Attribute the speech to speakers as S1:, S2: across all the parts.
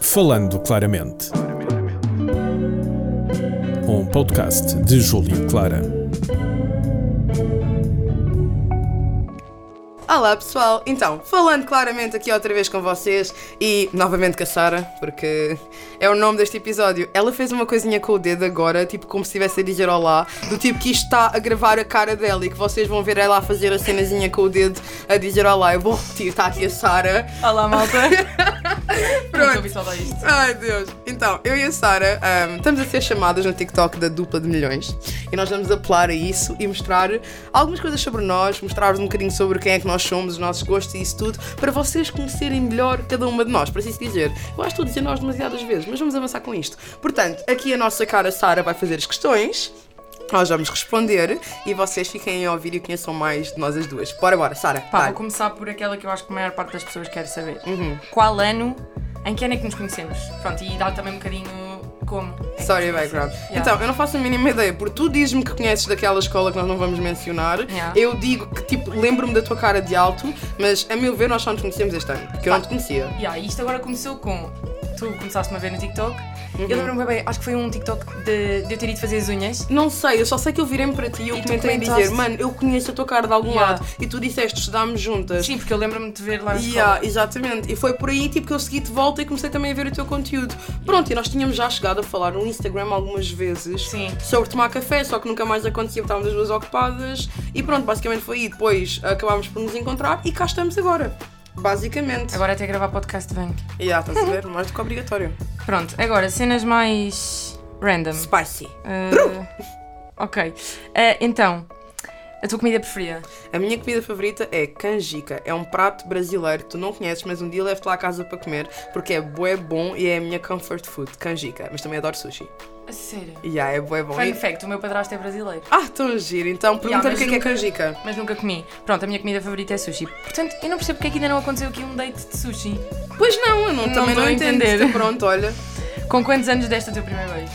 S1: Falando Claramente. Um podcast de Júlio Clara.
S2: Olá pessoal, então, falando claramente aqui outra vez com vocês e novamente com a Sara, porque é o nome deste episódio. Ela fez uma coisinha com o dedo agora, tipo como se estivesse a dizer olá, do tipo que isto está a gravar a cara dela e que vocês vão ver ela a fazer a cenazinha com o dedo a dizer olá. Eu vou repetir, está aqui a Sara.
S3: Olá, malta. Não estou
S2: Pronto.
S3: habituada a isto.
S2: Ai Deus! Então, eu e a Sara ahm, estamos a ser chamadas no TikTok da dupla de milhões e nós vamos apelar a isso e mostrar algumas coisas sobre nós, mostrar-vos um bocadinho sobre quem é que nós somos, os nossos gostos e isso tudo, para vocês conhecerem melhor cada uma de nós, para assim se dizer. Eu acho que estou a dizer nós demasiadas vezes, mas vamos avançar com isto. Portanto, aqui a nossa cara Sara vai fazer as questões. Nós vamos responder e vocês fiquem a ouvir e conheçam mais de nós as duas. Bora, bora, Sara.
S3: Pá,
S2: vai.
S3: vou começar por aquela que eu acho que a maior parte das pessoas quer saber.
S2: Uhum.
S3: Qual ano, em que ano é que nos conhecemos? Pronto, e dá também um bocadinho como. é que
S2: Sorry,
S3: nos
S2: background.
S3: conhecemos. Yeah.
S2: Então, eu não faço a mínima ideia, porque tu dizes-me que conheces daquela escola que nós não vamos mencionar.
S3: Yeah.
S2: Eu digo que, tipo, lembro-me da tua cara de alto, mas a meu ver nós só nos conhecemos este ano, porque eu não te conhecia.
S3: Yeah, e isto agora começou com. Tu começaste-me a ver no TikTok.
S2: Uhum.
S3: Eu lembro-me bem, acho que foi um TikTok de, de eu ter ido fazer as unhas.
S2: Não sei, eu só sei que eu virei-me para ti e eu
S3: E tu
S2: comentei a dizer,
S3: comentaste.
S2: mano, eu conheço a tua cara de algum
S3: Yeah.
S2: lado. E tu disseste, estudámos juntas.
S3: Sim, porque eu lembro-me de ver lá na escola.
S2: Yeah, ah, exatamente. E foi por aí tipo, que eu segui de volta e comecei também a ver o teu conteúdo. Pronto, e nós tínhamos já chegado a falar no Instagram algumas vezes
S3: Sim.
S2: sobre tomar café, só que nunca mais acontecia, porque estávamos as duas ocupadas. E pronto, basicamente foi aí. Depois acabámos por nos encontrar e cá estamos agora. Basicamente.
S3: Agora é até gravar podcast venho.
S2: Yeah, estás a ver? Mais do que obrigatório.
S3: Pronto, agora cenas mais random.
S2: Spicy.
S3: Ah, ok. Ah, então, a tua comida preferida?
S2: A minha comida favorita é canjica. É um prato brasileiro que tu não conheces, mas um dia levo-te lá à casa para comer, porque é bué bom e é a minha comfort food, canjica. Mas também adoro sushi.
S3: A sério?
S2: E yeah, é bué bom.
S3: Fun
S2: E-
S3: fact, o meu padrasto é brasileiro.
S2: Ah, tão giro. Então, pergunta-me o
S3: mas
S2: que é que é
S3: nunca-
S2: canjica.
S3: Mas nunca comi. Pronto, a minha comida favorita é sushi. Portanto, eu não percebo porque é que ainda não aconteceu aqui um date de sushi.
S2: Pois não, eu não,
S3: Não
S2: também
S3: tô
S2: não
S3: a
S2: entendo.
S3: entender.
S2: Então, Pronto, olha.
S3: Com quantos anos deste o teu primeiro beijo?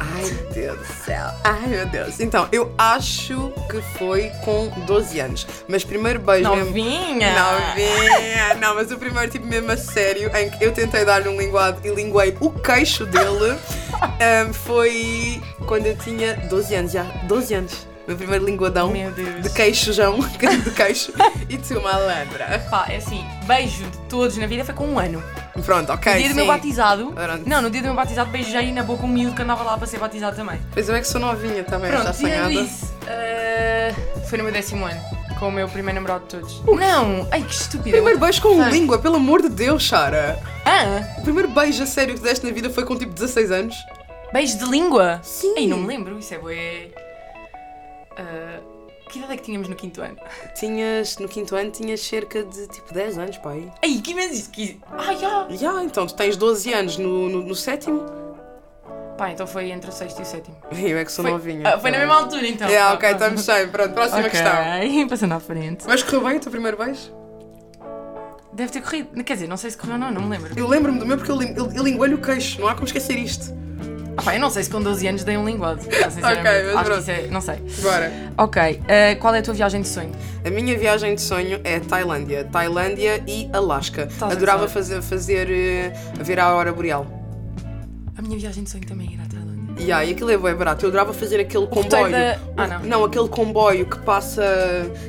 S2: Ai, Deus do céu. Ai, meu Deus. Então, eu acho que foi com 12 anos. Mas primeiro beijo mesmo.
S3: Novinha!
S2: Novinha! Não, mas o primeiro, tipo, mesmo a sério, em que eu tentei dar-lhe um linguado e linguei o queixo dele, ahm, foi quando eu tinha 12 anos, já. 12 anos. Meu primeiro linguadão.
S3: Meu Deus.
S2: De queixojão, de queixo. e tu, malandra.
S3: Pá, é assim, beijo de todos na vida foi com um ano.
S2: Pronto, ok.
S3: no dia do meu
S2: sim.
S3: batizado.
S2: Pronto.
S3: Não, no dia do meu batizado beijei na boca um miúdo que andava lá para ser batizado também.
S2: Pois eu é que sou novinha também, já
S3: Pronto,
S2: sonhada.
S3: tirando isso, ah, foi no meu décimo ano. Com o meu primeiro namorado de todos. Não! Ai, que estúpida!
S2: Primeiro beijo com
S3: Ai.
S2: língua, pelo amor de Deus, Sara.
S3: Ah,
S2: O primeiro beijo a sério que deste na vida foi com tipo 16 anos.
S3: beijo de língua?
S2: Sim.
S3: Ai, não me lembro, isso é bué... Ah, que idade é que tínhamos no quinto ano?
S2: Tinhas, no quinto ano, tinhas cerca de tipo 10 anos, pai.
S3: Ai, que meses que... Ai, ah.
S2: Já, então, tu tens 12 anos no, no, no sétimo?
S3: Pá, então foi entre o sexto e o sétimo.
S2: Eu é que sou
S3: Foi,
S2: novinha.
S3: Ah, foi na mesma altura, então.
S2: É, ok,
S3: Ah,
S2: estamos bem. Pronto, próxima
S3: Ok,
S2: questão.
S3: passando à frente.
S2: Mas correu bem o teu primeiro beijo?
S3: Deve ter corrido, quer dizer, não sei se correu ou não, não me lembro.
S2: Eu lembro-me do meu porque eu, lim- eu, eu linguei-lhe o queixo, não há como esquecer isto.
S3: Ah, pá, eu não sei se com 12 anos dei um linguado. sinceramente.
S2: Ok, mas
S3: Acho
S2: pronto.
S3: que isso é, não sei.
S2: Bora.
S3: Ok, ah, qual é a tua viagem de sonho?
S2: A minha viagem de sonho é Tailândia. Tailândia e Alasca.
S3: a
S2: Adorava
S3: gozar.
S2: fazer, fazer eh, ver a aurora boreal.
S3: A minha viagem de sonho também era à Tailândia.
S2: Yeah, e aquilo é bué barato. Eu adorava fazer aquele comboio.
S3: roteiro da- Ah, não.
S2: aquele comboio que passa.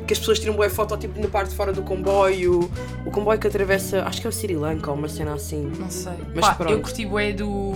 S2: que as pessoas tiram bué foto tipo na parte de fora do comboio. O comboio que atravessa. acho que é o Sri Lanka ou uma cena assim.
S3: Não sei.
S2: Mas
S3: Pá,
S2: pronto.
S3: eu curti bué do,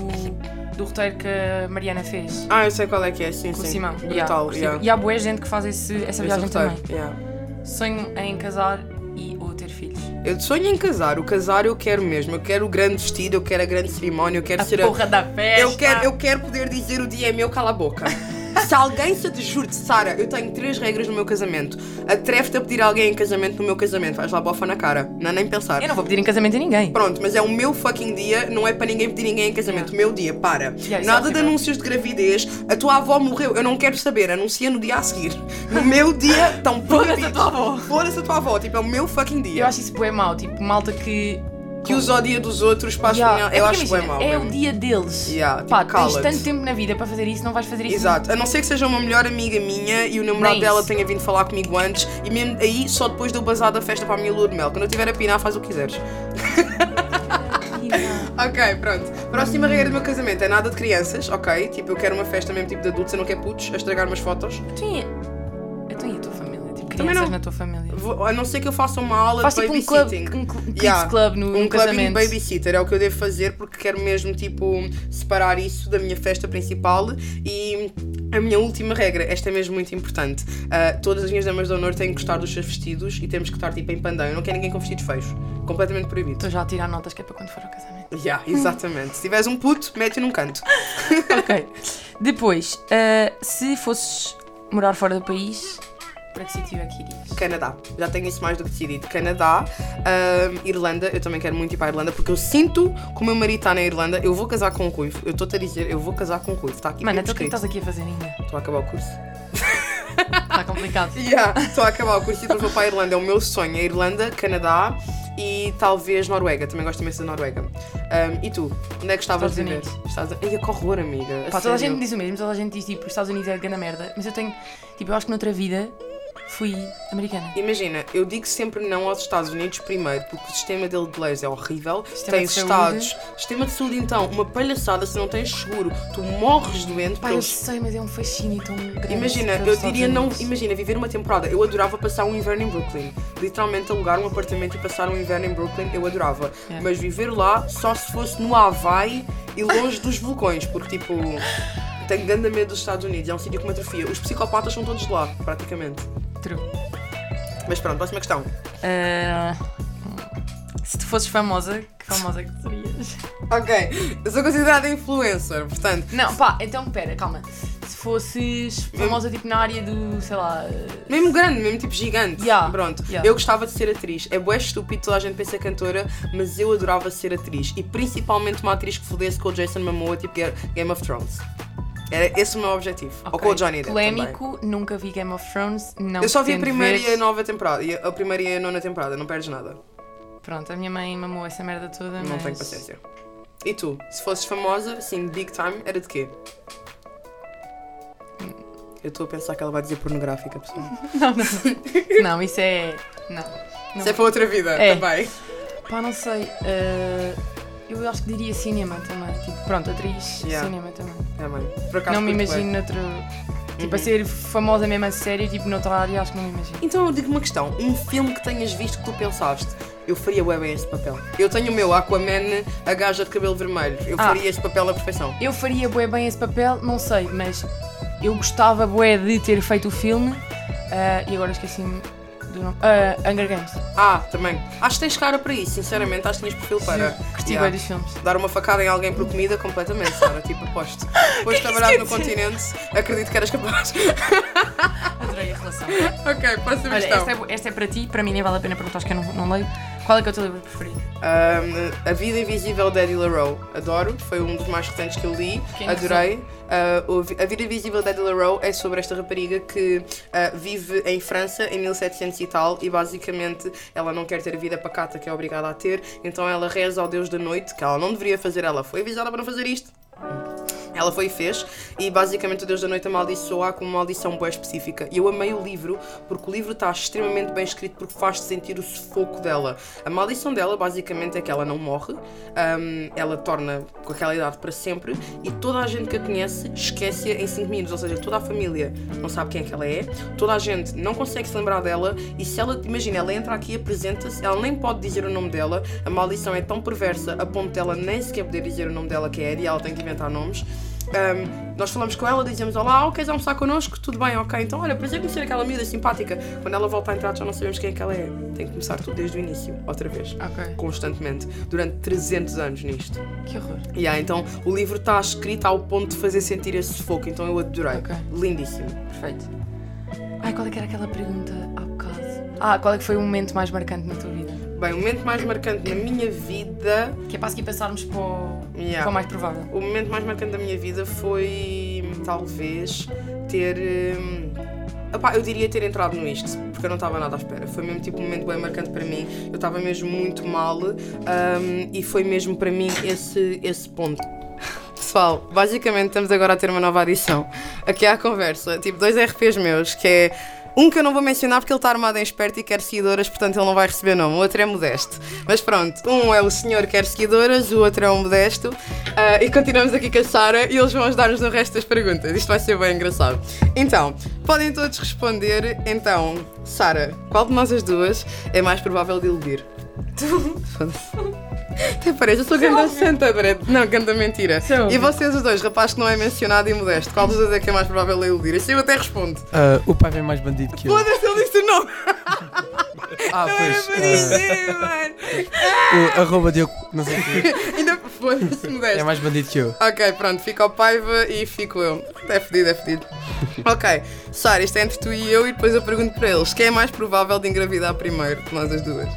S3: do roteiro que a Mariana fez.
S2: Ah, eu sei qual é que é, sim,
S3: Com o
S2: sim.
S3: Simão.
S2: Brutal,
S3: Yeah, curti-
S2: yeah.
S3: E há boa gente que faz esse, essa
S2: Esse
S3: viagem
S2: roteiro,
S3: também.
S2: yeah.
S3: Sonho em casar e ou ter filhos.
S2: Eu sonho em casar. O casar eu quero mesmo. Eu quero o grande vestido, eu quero a grande cerimónia, eu quero
S3: A
S2: ser
S3: porra da festa.
S2: Eu quero, eu quero poder dizer o dia é meu, cala a boca. Se alguém se te juro, Sara, eu tenho três regras no meu casamento. Atreve-te a pedir alguém em casamento no meu casamento. Vais lá bofa na cara. Não é nem pensar.
S3: Eu não vou pedir em casamento a ninguém.
S2: Pronto, mas é o meu fucking dia, não é para ninguém pedir ninguém em casamento. O meu dia, para.
S3: Yeah, isso é
S2: Nada de
S3: horrível.
S2: anúncios de gravidez. A tua avó morreu, eu não quero saber. Anuncia no dia a seguir. No meu dia, estão
S3: Foda-se a
S2: proibidos.
S3: tua avó.
S2: Foda-se a tua avó. Tipo, é o meu fucking dia.
S3: Eu acho isso bué mau, tipo, malta que.
S2: Que usa o dia dos outros para
S3: Yeah.
S2: yeah.
S3: É
S2: Eu
S3: porque
S2: acho que é
S3: imagina,
S2: mau.
S3: É
S2: mesmo.
S3: o dia deles.
S2: Yeah,
S3: Pá,
S2: tipo,
S3: tens
S2: cala-te.
S3: tanto tempo na vida para fazer isso, não vais fazer isso.
S2: Exato, a não ser que seja uma melhor amiga minha e o namorado
S3: Nem
S2: dela
S3: isso.
S2: tenha vindo falar comigo antes, e mesmo aí só depois do bazar da festa para a minha lua de mel. Quando eu estiver a pinar, faz o que quiseres.
S3: nunca.
S2: Ok, pronto. Próxima regra do meu casamento é nada de crianças, ok? Tipo, eu quero uma festa mesmo tipo de adultos, eu não quero putos a estragar umas fotos.
S3: Tu e eu tô e a tua família? Tipo,
S2: Também
S3: crianças
S2: não.
S3: na tua família?
S2: Vou- a não ser que eu faça uma aula
S3: Faz
S2: de
S3: tipo um club,
S2: babysitting.
S3: um cl- kids
S2: Yeah,
S3: club no,
S2: um
S3: no
S2: clubinho de
S3: casamento.
S2: babysitter é o que eu devo fazer porque quero mesmo tipo separar isso da minha festa principal e a minha última regra, esta é mesmo muito importante ah, todas as minhas damas de honor têm que gostar dos seus vestidos e temos que estar tipo em pandão eu não quero ninguém com vestidos feios, completamente proibido
S3: Estou já a tirar notas que é para quando for ao casamento.
S2: yeah, exatamente, se tiveres um puto, mete-o num canto
S3: ok. Depois, eh, se fosses morar fora do país, para que sítio é que irias?
S2: Canadá, já tenho isso mais do que decidido. Canadá, ahm, Irlanda, eu também quero muito ir para a Irlanda porque eu sinto que o meu marido está na Irlanda. Eu vou casar com o Cuivo, eu estou-te a dizer, eu vou casar com o Cuivo, está aqui.
S3: Mano,
S2: mesmo
S3: então o que é que
S2: escrito.
S3: estás aqui a fazer ainda?
S2: Estou a acabar o curso.
S3: Está complicado.
S2: Yeah, estou a acabar o curso e depois vou para a Irlanda. É o meu sonho, é Irlanda, Canadá e talvez Noruega. Também gosto imenso da Noruega. Ahm, e tu? Onde é que gostavas
S3: Estados
S2: de viver?
S3: Unidos.
S2: Estados Unidos. Ai, que horror, amiga. a
S3: Pá, toda a
S2: sério.
S3: gente diz o mesmo, toda a gente diz tipo, os Estados Unidos é grande merda, mas eu tenho, tipo, eu acho que noutra vida fui americana.
S2: Imagina, eu digo sempre não aos Estados Unidos primeiro, porque o sistema dele de leis é horrível.
S3: Sistema
S2: tens
S3: de saúde.
S2: estados. Sistema de saúde, então, uma palhaçada se não tens seguro. Tu morres doente.
S3: Pá,
S2: porque
S3: eu
S2: eles-
S3: sei, mas é um fascínio tão grande.
S2: Imagina,
S3: pelos
S2: eu
S3: Estados
S2: diria não.
S3: Unidos.
S2: Imagina, viver uma temporada. Eu adorava passar um inverno em Brooklyn. Literalmente alugar um apartamento e passar um inverno em Brooklyn, eu adorava.
S3: É.
S2: Mas viver lá só se fosse no Havaí e longe dos vulcões, porque tipo. Tenho grande medo dos Estados Unidos, é um sítio que me atrofia. Os psicopatas são todos de lá, praticamente.
S3: True.
S2: Mas pronto, próxima questão.
S3: Ah, se tu fosses famosa, que famosa que serias?
S2: Ok, eu sou considerada influencer, portanto.
S3: Não, pá, então pera, calma. Se fosses
S2: Hum.
S3: famosa tipo na área do, sei lá. eh,
S2: Mesmo grande, mesmo tipo gigante.
S3: Yeah,
S2: Pronto.
S3: yeah.
S2: Eu gostava de ser atriz. É bué estúpido, toda a gente pensa cantora, mas eu adorava ser atriz. E principalmente uma atriz que fudesse com o Jason Momoa, tipo Ga- Game of Thrones. Era esse o meu objetivo. Ou
S3: ok,
S2: com o Johnny Depp também.
S3: Polémico, nunca vi Game of Thrones, não
S2: Eu só vi a
S3: pretendo
S2: primeira e
S3: ver.
S2: a nova temporada, e a a primeira e a nona temporada, não perdes nada.
S3: Pronto, a minha mãe mamou essa merda toda,
S2: Não
S3: mas.
S2: tenho paciência. E tu, se fosses famosa, assim, big time, era de quê?
S3: Hum.
S2: Eu estou a pensar que ela vai dizer pornográfica, pessoal.
S3: Não, não. não, isso é. Não. não.
S2: Isso é para outra vida
S3: É.
S2: também.
S3: Pá, não sei. eh, eu acho que diria cinema também. Tipo, pronto, atriz,
S2: Yeah.
S3: cinema também.
S2: É, mãe. Por acaso,
S3: não me
S2: curto bué.
S3: imagino noutro. Tipo, a
S2: Uhum.
S3: ser famosa mesmo a sério, tipo, noutra área, acho que não me imagino.
S2: Então eu digo uma questão: um filme que tenhas visto que tu pensaste, eu faria web bem esse papel. Eu tenho o meu Aquaman, a gaja de cabelo vermelho. Eu
S3: Ah.
S2: faria esse papel à perfeição.
S3: Eu faria bué bem esse papel, não sei, mas eu gostava bué de ter feito o filme ah, e agora esqueci-me do nome. Ah, Hunger Games.
S2: Ah, também. Acho que tens cara para isso, sinceramente, acho que tinhas perfil para.
S3: Curti
S2: Yeah.
S3: bué dos filmes.
S2: Dar uma facada em alguém por comida completamente, Sara, tipo, aposto. Depois de trabalhar no continente, acredito que eras capaz.
S3: Adorei a relação.
S2: ok, próxima
S3: Olha,
S2: questão.
S3: esta é, bu- esta é para ti, para mim nem vale a pena perguntar, acho que eu não, não leio. Qual é que é o teu livro preferido?
S2: Um, a Vida Invisível de Eddie LaRoe, adoro, foi um dos mais recentes que eu li,
S3: Quem é que
S2: adorei. Uh, o Vi- a Vida Invisível de Eddie LaRoe é sobre esta rapariga que uh, vive em França em 1700 e tal e basicamente ela não quer ter a vida pacata que é obrigada a ter, então ela reza ao Deus da Noite, que ela não deveria fazer, ela foi avisada para não fazer isto. Ela foi e fez, e basicamente o Deus da Noite amaldiçoa com uma maldição boa específica. E eu amei o livro, porque o livro está extremamente bem escrito, porque faz-te sentir o sufoco dela. A maldição dela, basicamente, é que ela não morre, hum, ela torna com aquela idade para sempre, e toda a gente que a conhece esquece-a em 5 minutos. Ou seja, toda a família não sabe quem é que ela é, toda a gente não consegue se lembrar dela, e se ela, imagina, ela entra aqui e apresenta-se, ela nem pode dizer o nome dela, a maldição é tão perversa a ponto dela nem sequer poder dizer o nome dela, que é Eddie, ela tem que inventar nomes. Um, nós falamos com ela, dizemos Olá, oh, queres almoçar connosco? Tudo bem, ok. Então, olha, prazer em conhecer aquela miúda simpática. Quando ela volta a entrar, já não sabemos quem é que ela é. Tem que começar tudo desde o início, outra vez.
S3: Ok.
S2: Constantemente, durante 300 anos nisto.
S3: Que horror.
S2: E yeah, então o livro está escrito ao ponto de fazer sentir esse sufoco, então eu adorei.
S3: Ok.
S2: Lindíssimo.
S3: Perfeito. Ai, qual é que era aquela pergunta há bocado? Ah, qual é que foi o momento mais marcante na tua vida?
S2: Bem, o momento mais marcante na minha vida
S3: Que é para aqui passarmos para o,
S2: Yeah.
S3: para o mais provável.
S2: O momento mais marcante da minha vida foi talvez ter. hum, opá, eu diria ter entrado no isto, porque eu não estava nada à espera. Foi mesmo tipo um momento bem marcante para mim. Eu estava mesmo muito mal hum, e foi mesmo para mim esse, esse ponto. Pessoal, basicamente estamos agora a ter uma nova adição aqui à conversa. Tipo, dois RPs meus, que é Um que eu não vou mencionar porque ele está armado em esperto e quer seguidoras, portanto ele não vai receber nome. O outro é modesto. Mas pronto, um é o senhor que quer seguidoras, o outro é o modesto. Ah, e continuamos aqui com a Sara e eles vão ajudar-nos no resto das perguntas. Isto vai ser bem engraçado. Então, podem todos responder. Então, Sara, qual de nós as duas é mais provável de iludir? Foda-se. Até parece, eu sou ganda santa, Brett. Não, ganda mentira.
S3: Sou.
S2: E vocês os dois, rapaz que não é mencionado e modesto, qual dos dois é que é mais provável de iludir? Assim eu até respondo.
S4: Ah, o pai é mais bandido que eu.
S2: Foda-se, ele disse o nome. Não era para
S4: Ah, pois. ah,
S2: dizer, mano.
S4: o arroba Diogo, não sei o quê.
S2: Ainda foda-se, modesto.
S4: É mais bandido que eu.
S2: Ok, pronto, fica o Paiva e fico eu. É fedido, é fedido. ok, Sara, isto é entre tu e eu e depois eu pergunto para eles quem é mais provável de engravidar primeiro, de nós as duas?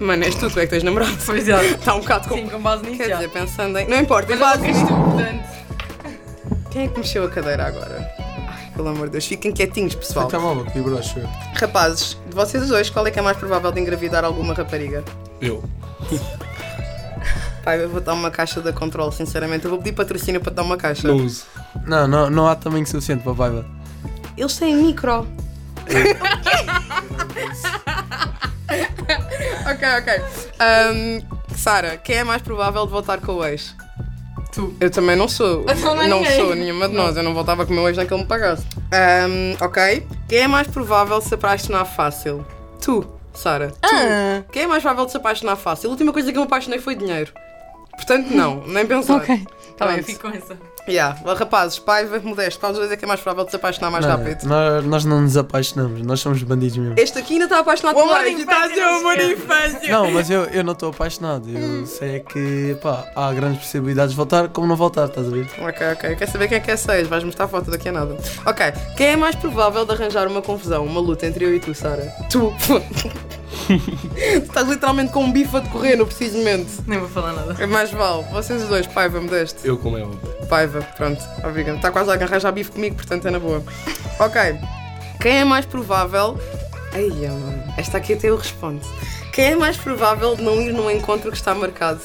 S2: Mano, és tu, tu é que tens namorado.
S3: Pois é.
S2: Está um bocado
S3: Sim,
S2: com...
S3: com base nisso.
S2: Quer
S3: já.
S2: dizer, pensando em... Não importa, em base
S3: Isto, portanto.
S2: Quem é que mexeu a cadeira agora? Ai, pelo amor de Deus, fiquem quietinhos, pessoal.
S1: Então-
S4: Está maluco, vibrou, acho eu.
S2: Rapazes, de vocês os dois, qual é que é mais provável de engravidar alguma rapariga?
S1: Eu.
S2: Pai, eu vou dar uma caixa da Control, sinceramente. Eu vou pedir patrocínio para te dar uma caixa.
S1: Não uso.
S4: Não, não, não há tamanho suficiente para a Paiva.
S2: Eles têm micro. ok, ok. Ahm, Sara, quem é mais provável de voltar com o ex?
S3: Tu.
S2: Eu também não sou.
S3: Mas não há
S2: não
S3: ninguém.
S2: sou nenhuma de nós. Eu não voltava com o meu ex nem que ele me pagasse. Ahm, ok. Quem é mais provável de se apaixonar fácil? Tu, Sara. Tu.
S3: Ah.
S2: Quem é mais provável de se apaixonar fácil? A última coisa que eu me apaixonei foi dinheiro. Portanto, não, nem pensar.
S3: Ok. Tá bem,
S2: Pronto.
S3: eu fico com essa.
S2: Yeah. Rapazes, paiva, modesto, qual dos dois é que é mais provável de se apaixonar mais
S4: Não,
S2: rápido?
S4: Nós, nós não nos apaixonamos, nós somos bandidos mesmo.
S2: Este aqui ainda está apaixonado
S3: O
S2: pelo
S3: amor da
S2: leite, está a ser o amor da
S3: infância,
S2: infância.
S4: Não, mas eu, eu não estou apaixonado. Eu sei é que pá, há grandes possibilidades de voltar como não voltar, estás a ver?
S2: Ok, ok. Quer saber quem é que é seis? Vais mostrar a foto daqui a nada. Ok. Quem é mais provável de arranjar uma confusão, uma luta entre eu e tu, Sara? Tu. Estás literalmente com um bife a decorrer no preciso momento.
S3: Nem vou falar nada.
S2: É mais vale. Vocês os dois, paiva, modesto.
S5: Eu, como é óbvio.
S2: Paiva, pronto, obrigado. Está quase a arranjar bife comigo, portanto é na boa. Ok. Quem é mais provável. Ai, mano. Esta aqui até eu respondo. Quem é mais provável de não ir num encontro que está marcado?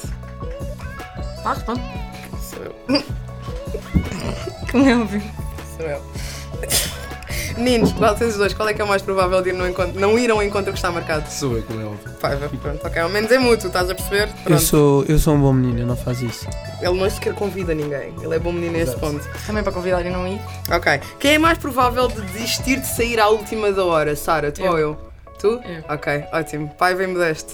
S3: Ah, responde.
S2: Sou eu.
S3: Como é óbvio.
S2: Sou eu. Meninos, vocês os dois, qual é que é o mais provável de ir num encontro, não ir a um encontro que está marcado?
S5: Sou eu, como é óbvio.
S2: Paiva, pronto, ok. Ao menos é mútuo, estás a perceber?
S4: Eu
S2: Pronto.
S4: sou, eu sou um bom menino, eu não faço isso.
S2: Ele não é sequer convida ninguém. Ele é bom menino nesse ponto.
S3: Também para convidar e não ir.
S2: Ok. Quem é mais provável de desistir de sair à última da hora? Sara, tu
S3: Eu.
S2: ou eu? Tu?
S3: Eu.
S2: Ok, ótimo. Pai, vem modesto.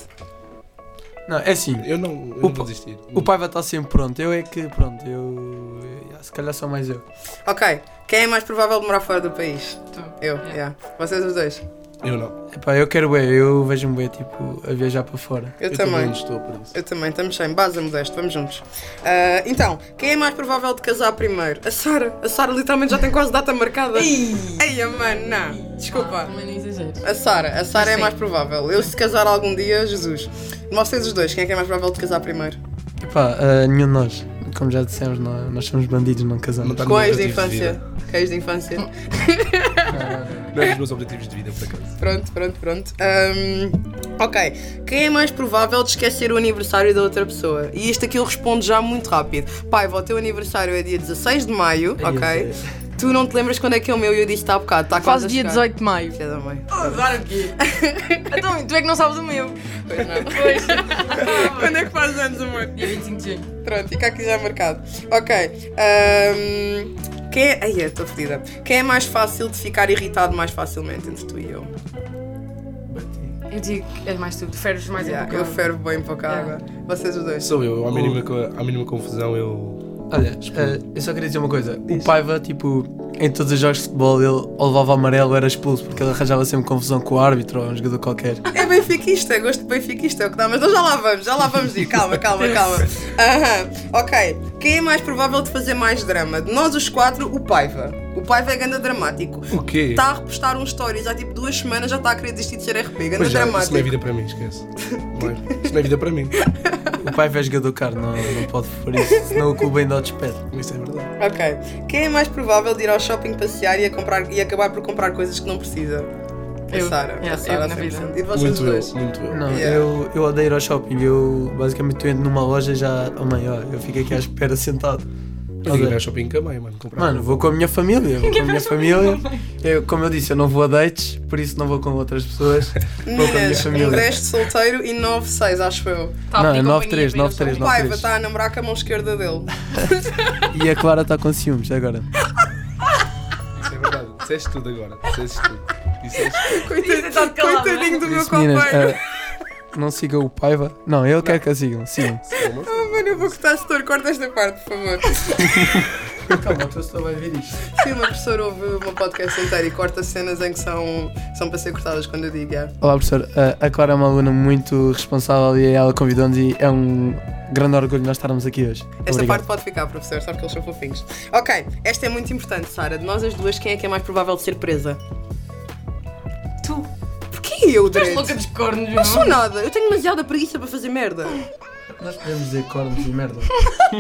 S4: Não, é assim,
S5: Eu não, eu
S4: O
S5: não
S4: pa-
S5: vou desistir.
S4: o Paiva está sempre pronto, eu é que pronto, eu. eu- Se calhar sou mais eu.
S2: Ok. Quem é mais provável de morar fora do país?
S3: Tu.
S2: Eu,
S3: Yeah.
S2: yeah. Vocês os dois?
S5: Eu não.
S4: Epá, eu quero bem, eu vejo-me bem tipo a viajar para fora.
S2: Eu,
S5: não
S2: também.
S5: estou por isso.
S2: Eu também, estamos sem base, modesto, vamos juntos. Ah, então, quem é mais provável de casar primeiro? A Sara. A Sara literalmente já tem quase data marcada. Ei, mano, não. Desculpa.
S3: Ah, também não exagero.
S2: A Sara, a Sara é
S3: Sim.
S2: mais provável. Eu se casar algum dia, Jesus. Vocês os dois, quem é que é mais provável de casar primeiro?
S4: Epá, ah, nenhum de nós, como já dissemos, é? nós, nós somos bandidos, não casamos.
S5: Não tá-
S2: Com
S5: no
S2: ex de
S5: objetivo de
S2: infância. Com ex de infância.
S5: Não é dos meus objetivos de vida, por acaso.
S2: Pronto, pronto, pronto. Ahm, ok. Quem é mais provável de esquecer o aniversário da outra pessoa? E isto aqui eu respondo já muito rápido. Pai, o teu aniversário é dia 16 de maio,
S4: Ai,
S2: ok?
S4: ai, ai.
S2: Tu não te lembras quando é que é o meu e eu disse está há bocado, está quase
S3: Quase
S2: a
S3: dia
S2: chegar.
S3: 18 de maio.
S2: Filha da mãe.
S3: Claro que Então, tu é que não sabes o meu.
S2: Pois não.
S3: Pois.
S2: quando é que faz anos, amor?
S3: Dia 25 de junho.
S2: Pronto, fica aqui já marcado. Ok. ahm, quem é. Ai, estou fodida. Quem é mais fácil de ficar irritado mais facilmente entre tu e eu?
S3: Eu digo que és mais tu, tu feres mais
S2: Yeah,
S3: um
S2: eu
S3: bocado.
S2: fervo bem pouca água. Vocês os dois.
S5: Sou eu, à mínima, co- à mínima confusão eu.
S4: Olha, ah, eu só queria dizer uma coisa. O Paiva, tipo, em todos os jogos de futebol, ele ou levava amarelo ou era expulso porque ele arranjava sempre confusão com o árbitro ou um jogador qualquer.
S2: É benfiquista, eu gosto de benfiquista, é o que dá, mas nós já lá vamos, já lá vamos ir, calma, calma, calma. Aham, ok. Quem é mais provável de fazer mais drama? De nós os quatro, o Paiva. O Paiva é ganda dramático.
S5: O quê?
S2: Está a repostar um stories há tipo duas semanas, já está a querer desistir de ser RP, ganda
S5: Pois já, isso
S2: dramático.
S5: não é vida para mim, esquece. Não é- Isso não é vida para mim.
S4: O Paiva é jogador caro, não, não pode por isso, senão o clube ainda o despede.
S5: Isso é verdade.
S2: Ok. Quem é mais provável de ir ao shopping passear e, a comprar, e acabar por comprar coisas que não precisa?
S3: Eu.
S2: A Sara.
S3: Yeah,
S2: a Sara,
S3: eu na
S2: 100%.
S3: vida.
S2: E vocês
S5: Muito
S2: dois?
S5: eu, muito eu.
S4: Não,
S2: Yeah.
S4: eu, eu odeio ir ao shopping. Eu basicamente tu entro numa loja e já. Oh mãe, ó, eu fico aqui à espera sentado.
S5: Alguém vai ao shopping com a mãe, mano. Comprar
S4: Mano, vou com a minha família, vou com a minha família. Eu, como eu disse, eu não vou a dates, por isso não vou com outras pessoas. Vou com a minha
S2: Meninas, um
S4: família.
S2: 10 de solteiro e 9-6, acho eu.
S3: Tá,
S4: Não, é
S3: pedir companhia,
S4: 9-3, 9-3,
S2: O
S3: vira só.
S4: Não,
S2: Paiva
S4: três.
S2: está a namorar com a mão esquerda dele.
S4: E a Clara está com ciúmes agora.
S5: Isso é verdade. Disseste tudo agora. Disseste tudo. Disseste tudo.
S2: Coitadinho,
S3: Tá calado,
S2: coitadinho do
S4: Por
S2: meu
S4: isso, meninas,
S2: companheiro.
S4: ah, não sigam o Paiva. Não, eu quero que a sigam, sigam.
S5: Calma,
S2: Ah, mano, eu vou cortar setor, corta esta parte, por favor.
S4: Calma, a pessoa vai ver isto.
S2: Se uma professora ouve uma podcast inteira e corta cenas em que são, são para ser cortadas quando eu digo, yeah.
S4: Olá, professor. Ah, a Clara é uma aluna muito responsável e ela convidou-nos e é um grande orgulho nós estarmos aqui hoje.
S2: Esta
S4: Obrigado.
S2: parte pode ficar, professor, só porque eles são fofinhos. Ok, esta é muito importante, Sara. De nós as duas, quem é que é mais provável de ser presa?
S3: Tu
S2: Porquê eu,
S3: estás
S2: Dredd?
S3: louca dos cornos,
S2: Não sou
S3: não?
S2: nada, eu tenho demasiada preguiça para fazer merda.
S4: Nós podemos dizer cornos e merda.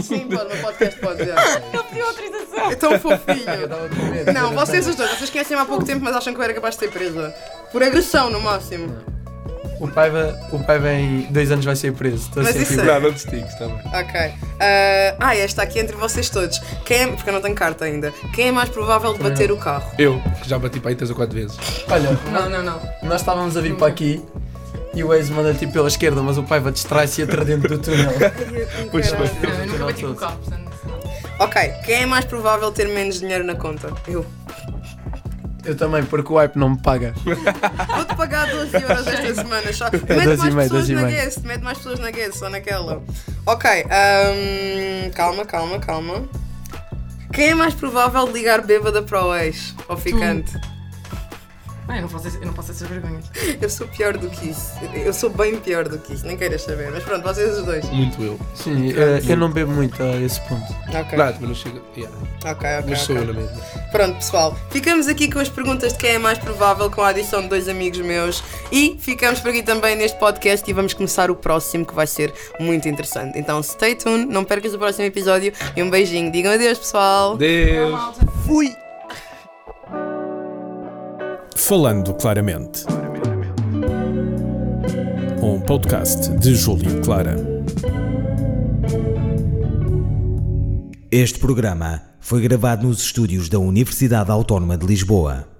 S2: Sim, pode, no podcast pode dizer.
S3: Ele pediu autorização.
S2: É tão fofinho.
S4: estava com medo.
S2: Não, vocês os dois, vocês conhecem-me há pouco tempo, mas acham que eu era capaz de ser presa. Por agressão, no máximo.
S4: O Paiva, o Paiva em dois anos vai ser preso. Estou
S2: Mas
S4: a
S2: isso
S4: sentir
S2: é-
S5: Não, não distingues, está bem.
S2: Ok. Ah, ah, esta aqui entre vocês todos. Quem é, porque eu não tenho carta ainda. Quem é mais provável de bater o carro?
S5: Eu, que já bati para aí 3 ou 4 vezes.
S4: Olha,
S2: Não, não, não.
S4: nós estávamos a vir para aqui e o Waze manda tipo pela esquerda, mas o Paiva distrai-se e entra dentro do túnel.
S5: Pois bem.
S3: Não, eu nunca bati com o carro, portanto. não.
S2: Ok, quem é mais provável ter menos dinheiro na conta? Eu.
S4: Eu também, porque o hype não me paga.
S2: Vou-te pagar 12 euros esta semana. Só... Mete
S4: 12 e
S2: mais
S4: meio,
S2: pessoas
S4: 12 e
S2: na
S4: meio.
S2: guest, mete mais pessoas na guest, só naquela. Ok, ahm, calma, calma, calma. Quem é mais provável de ligar bêbada para o ex ou ficante?
S3: Ai, eu não faço esse- eu não posso essas vergonhas.
S2: Eu sou pior do que isso. Eu sou bem pior do que isso, nem queiras saber. Mas pronto, vocês os dois.
S5: Muito eu.
S4: Sim, eh, eu, eu não bebo muito a esse ponto.
S2: Ok,
S5: Nada, mas não chega. Yeah.
S2: ok, ok.
S5: Mas sou
S2: ok.
S5: eu na mesma.
S2: Pronto, pessoal, ficamos aqui com as perguntas de quem é mais provável com a adição de dois amigos meus e ficamos por aqui também neste podcast e vamos começar o próximo que vai ser muito interessante. Então, stay tuned, não percas o próximo episódio e um beijinho. Digam adeus, pessoal.
S5: Deus.
S4: Fui!
S1: Falando Claramente. Um podcast de Júlio Clara.
S6: Este programa foi gravado nos estúdios da Universidade Autónoma de Lisboa.